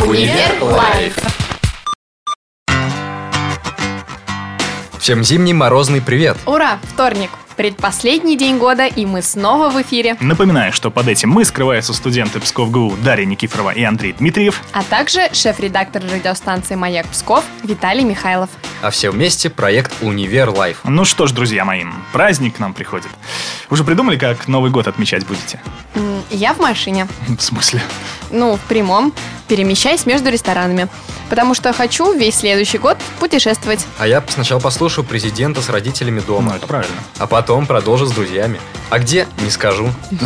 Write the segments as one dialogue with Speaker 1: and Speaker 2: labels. Speaker 1: Универ Лайф.
Speaker 2: Всем зимний морозный привет!
Speaker 1: Ура! Вторник. Предпоследний день года, и мы снова в эфире.
Speaker 3: Напоминаю, что под этим мы скрываются студенты Псков ГУ Дарья Никифорова и Андрей Дмитриев.
Speaker 1: А также шеф-редактор радиостанции «Маяк Псков» Виталий Михайлов.
Speaker 2: А все вместе проект Универ Лайф.
Speaker 3: Ну что ж, друзья мои, праздник к нам приходит. Уже придумали, как Новый год отмечать будете?
Speaker 1: М, Я в машине.
Speaker 3: В смысле?
Speaker 1: Ну, в прямом. Перемещаясь между ресторанами. Потому что хочу весь следующий год путешествовать.
Speaker 2: А я сначала послушаю президента с родителями
Speaker 3: Ну,
Speaker 2: дома,
Speaker 3: это правильно.
Speaker 2: а потом продолжу с друзьями. А где, не скажу.
Speaker 1: Я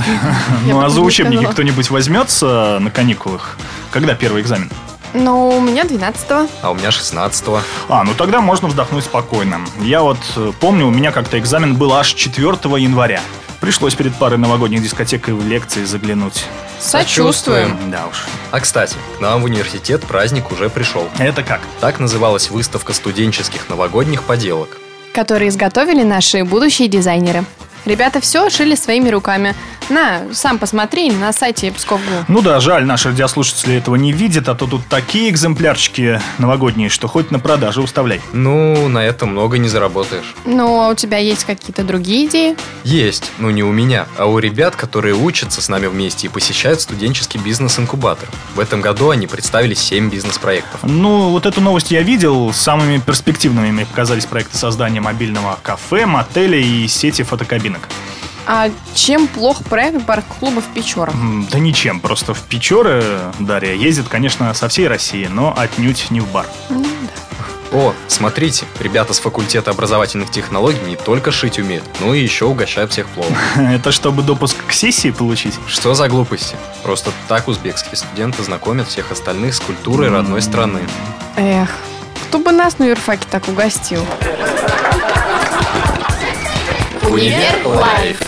Speaker 3: ну, а
Speaker 1: бы
Speaker 3: за
Speaker 1: не
Speaker 3: учебники
Speaker 1: сказала.
Speaker 3: кто-нибудь возьмется на каникулах? Когда первый экзамен?
Speaker 1: Но Ну, у меня 12
Speaker 2: А у меня 16-го.
Speaker 3: А, ну тогда можно вздохнуть спокойно. Я вот э, помню, у меня как-то экзамен был аж 4 января. Пришлось перед парой новогодних дискотек и в лекции заглянуть.
Speaker 2: Сочувствуем.
Speaker 1: Сочувствуем.
Speaker 3: Да уж.
Speaker 2: А кстати, к нам в университет праздник уже пришел.
Speaker 3: Это как?
Speaker 2: Так называлась выставка студенческих новогодних поделок.
Speaker 1: Которые изготовили наши будущие дизайнеры. Ребята все шили своими руками. На, сам посмотри на сайте Псков.гу.
Speaker 3: Ну да, жаль, наши радиослушатели этого не видят, а то тут такие экземплярчики новогодние, что хоть на продажу уставляй.
Speaker 2: Ну, на этом много не заработаешь.
Speaker 1: Ну, а у тебя есть какие-то другие идеи?
Speaker 2: Есть, но не у меня, а у ребят, которые учатся с нами вместе и посещают студенческий бизнес-инкубатор. В этом году они представили 7 бизнес-проектов.
Speaker 3: Ну, вот эту новость я видел. Самыми перспективными мне показались проекты создания мобильного кафе, мотеля и сети фотокабинок.
Speaker 1: А чем плох проект бар-клуба в Печорах?
Speaker 3: М, Да ничем, просто в Печоры Дарья ездит, конечно, со всей России, но отнюдь не в бар.
Speaker 2: О, смотрите, ребята с факультета образовательных технологий не только шить умеют, но и еще угощают всех пловом.
Speaker 3: Это чтобы допуск к сессии получить?
Speaker 2: Что за глупости? Просто так узбекские студенты знакомят всех остальных с культурой родной страны.
Speaker 1: Эх, кто бы нас на юрфаке так угостил?
Speaker 4: Универ Лайф.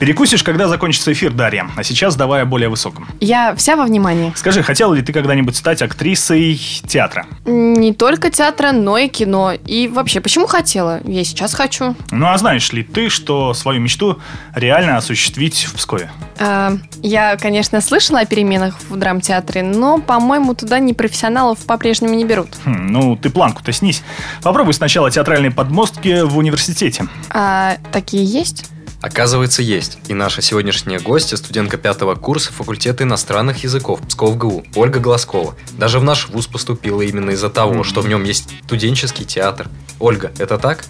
Speaker 3: Перекусишь, когда закончится эфир, Дарья, а сейчас давай о более высоком.
Speaker 1: Я вся во внимании.
Speaker 3: Скажи, хотела ли ты когда-нибудь стать актрисой театра?
Speaker 1: Не только театра, но и кино. И вообще, почему хотела? Я и сейчас хочу.
Speaker 3: Ну а знаешь ли ты, что свою мечту реально осуществить в Пскове?
Speaker 1: А, я, конечно, слышала о переменах в драмтеатре, но, по-моему, туда не профессионалов по-прежнему не берут.
Speaker 3: Хм, ну ты планку-то снизь. Попробуй сначала театральные подмостки в университете.
Speaker 1: А такие есть?
Speaker 2: Оказывается, есть. И наша сегодняшняя гостья, студентка пятого курса факультета иностранных языков Псков ГУ, Ольга Глазкова. Даже в наш вуз поступила именно из-за того, что в нем есть студенческий театр. Ольга, это так?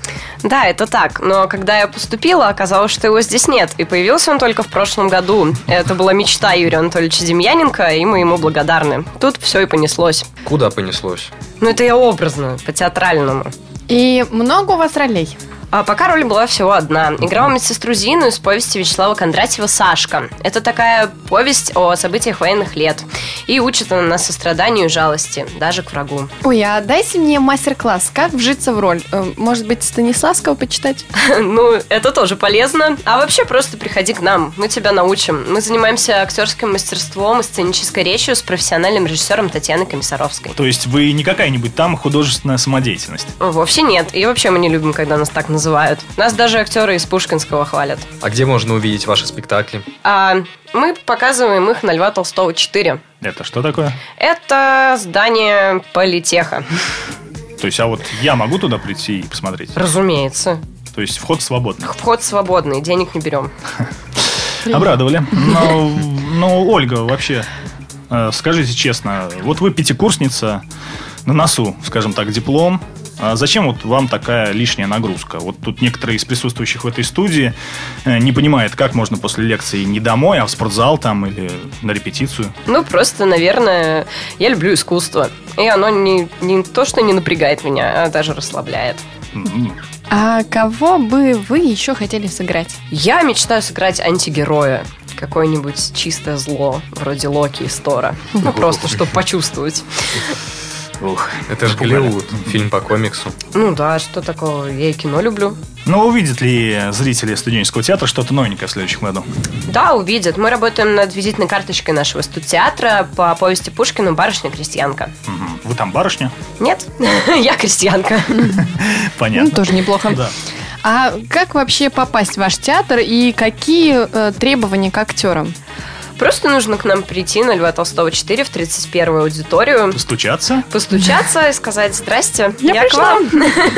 Speaker 5: Да, это так. Но когда я поступила, оказалось, что его здесь нет. И появился он только в прошлом году. Это была мечта Юрия Анатольевича Демьяненко, и мы ему благодарны. Тут все и понеслось.
Speaker 2: Куда понеслось?
Speaker 5: Ну, это я образно, по-театральному.
Speaker 1: И много у вас ролей?
Speaker 5: А пока роль была всего одна. Играла медсестру Зину из повести Вячеслава Кондратьева «Сашка». Это такая повесть о событиях военных лет. И учит она нас состраданию и жалости, даже к врагу.
Speaker 1: Ой, а дайте мне мастер-класс, как вжиться в роль. Э, Может быть, Станиславского почитать?
Speaker 5: Ну, это тоже полезно. А вообще просто приходи к нам, мы тебя научим. Мы занимаемся актерским мастерством и сценической речью с профессиональным режиссером Татьяной Комиссаровской.
Speaker 3: То есть вы не какая-нибудь там художественная самодеятельность.
Speaker 5: Вовсе нет. И вообще мы не любим, когда нас так называют. Нас даже актеры из Пушкинского хвалят.
Speaker 2: А где можно увидеть ваши спектакли?
Speaker 5: А мы показываем их на Льва Толстого 4.
Speaker 3: Это что такое?
Speaker 5: Это здание политеха.
Speaker 3: То есть, а вот я могу туда прийти и посмотреть?
Speaker 5: Разумеется.
Speaker 3: То есть вход свободный.
Speaker 5: Вход свободный, денег не берем.
Speaker 3: Обрадовали. Но, но, Ну, Ольга, вообще, э, скажите честно, вот вы пятикурсница, на носу, скажем так, диплом. А зачем вот вам такая лишняя нагрузка? Вот тут некоторые из присутствующих в этой студии э, не понимают, как можно после лекции не домой, а в спортзал там или на репетицию.
Speaker 5: Ну, просто, наверное, я люблю искусство. И оно не, не то, что не напрягает меня, а даже расслабляет.
Speaker 3: М,
Speaker 1: А кого бы вы еще хотели сыграть?
Speaker 5: Я мечтаю сыграть антигероя. Какое-нибудь чистое зло, вроде Локи из Тора. Ну, просто, чтобы почувствовать.
Speaker 3: Ух.
Speaker 2: Это же
Speaker 3: Пугали.
Speaker 2: Голливуд, фильм по комиксу.
Speaker 5: Ну да, что такого? Я и кино люблю.
Speaker 3: Но Ну, увидят ли зрители студенческого театра что-то новенькое в следующем году?
Speaker 5: Да, увидят. Мы работаем над визитной карточкой нашего студтеатра по повести Пушкина «Барышня-крестьянка».
Speaker 3: Мгм. Вы там барышня?
Speaker 5: Нет, я крестьянка.
Speaker 1: Ну,
Speaker 3: Понятно.
Speaker 1: тоже неплохо.
Speaker 3: Да.
Speaker 1: А как вообще попасть в ваш театр и какие э, требования к актерам?
Speaker 5: Просто нужно к нам прийти на Льва Толстого 4 в 31-ю аудиторию,
Speaker 3: Постучаться?
Speaker 5: постучаться и сказать «Здрасте,
Speaker 1: Я
Speaker 5: я, к
Speaker 1: пришла».
Speaker 5: вам».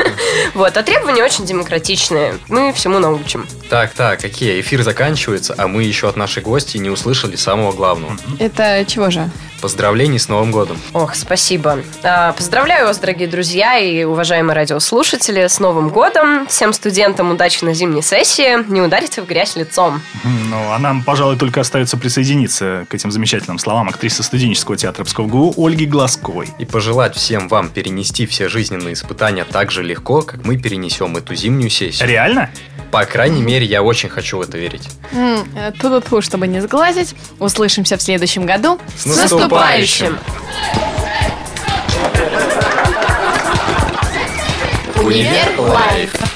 Speaker 5: Вот, а требования очень демократичные. Мы всему научим.
Speaker 2: Так, так, какие? Эфир заканчивается, а мы еще от нашей гости не услышали самого главного.
Speaker 1: Это чего же?
Speaker 2: Поздравлений с Новым годом.
Speaker 5: Ох, спасибо. А, Поздравляю вас, дорогие друзья и уважаемые радиослушатели, с Новым годом. Всем студентам удачи на зимней сессии. Не ударите в грязь лицом.
Speaker 3: Мгм, Ну, а нам, пожалуй, только остается присоединиться к этим замечательным словам актрисы студенческого театра Псков-ГУ Ольги Глазковой.
Speaker 2: И пожелать всем вам перенести все жизненные испытания так же легко, как мы перенесем эту зимнюю сессию.
Speaker 3: Реально?
Speaker 2: По крайней мере, я очень хочу в это верить.
Speaker 1: М, э, Ту-ту-ту, чтобы не сглазить. Услышимся в следующем году.
Speaker 2: С наступающим!
Speaker 4: Универ Лайф.